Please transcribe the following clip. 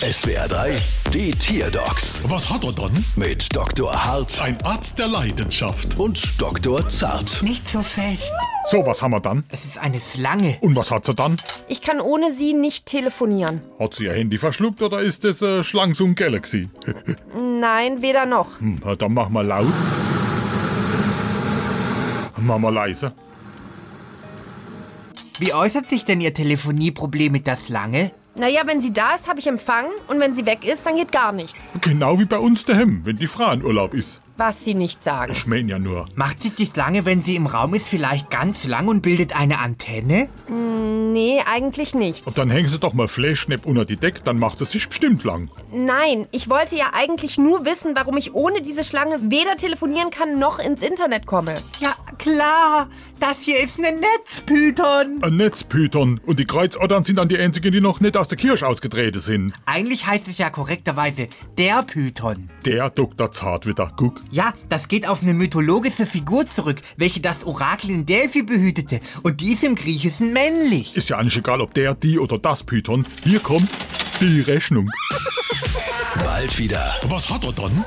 SWR 3, die Tierdocs Was hat er dann? mit Dr. Hart Ein Arzt der Leidenschaft. und Dr. Zart. Nicht so fest. So, was haben wir dann? Es ist eine Schlange. Und was hat sie dann? Ich kann ohne sie nicht telefonieren. Hat sie ihr Handy verschluckt oder ist es äh, Schlangsung Galaxy? Nein, weder noch. Hm, na, dann mach mal laut. Mach mal leise. Wie äußert sich denn Ihr Telefonieproblem mit der Schlange? Naja, wenn sie da ist, habe ich Empfang und wenn sie weg ist, dann geht gar nichts. Genau wie bei uns daheim, wenn die Frau in Urlaub ist. Was sie nicht sagen. Ich mein ja nur. Macht sich die Schlange, wenn sie im Raum ist, vielleicht ganz lang und bildet eine Antenne? Nee, eigentlich nicht. Dann hängen sie doch mal Flashschnapp unter die Deck, dann macht es sich bestimmt lang. Nein, ich wollte ja eigentlich nur wissen, warum ich ohne diese Schlange weder telefonieren kann noch ins Internet komme. Ja, klar. Das hier ist eine Netzpython. Ein Netzpython. Und die Kreuzottern sind dann die einzigen, die noch nicht aus der Kirche ausgetreten sind. Eigentlich heißt es ja korrekterweise der Python. Der Dr. Zart wieder, guck. Ja, das geht auf eine mythologische Figur zurück, welche das Orakel in Delphi behütete. Und die ist im Griechischen männlich. Ist ja eigentlich egal, ob der, die oder das Python. Hier kommt die Rechnung. Bald wieder. Was hat er dann?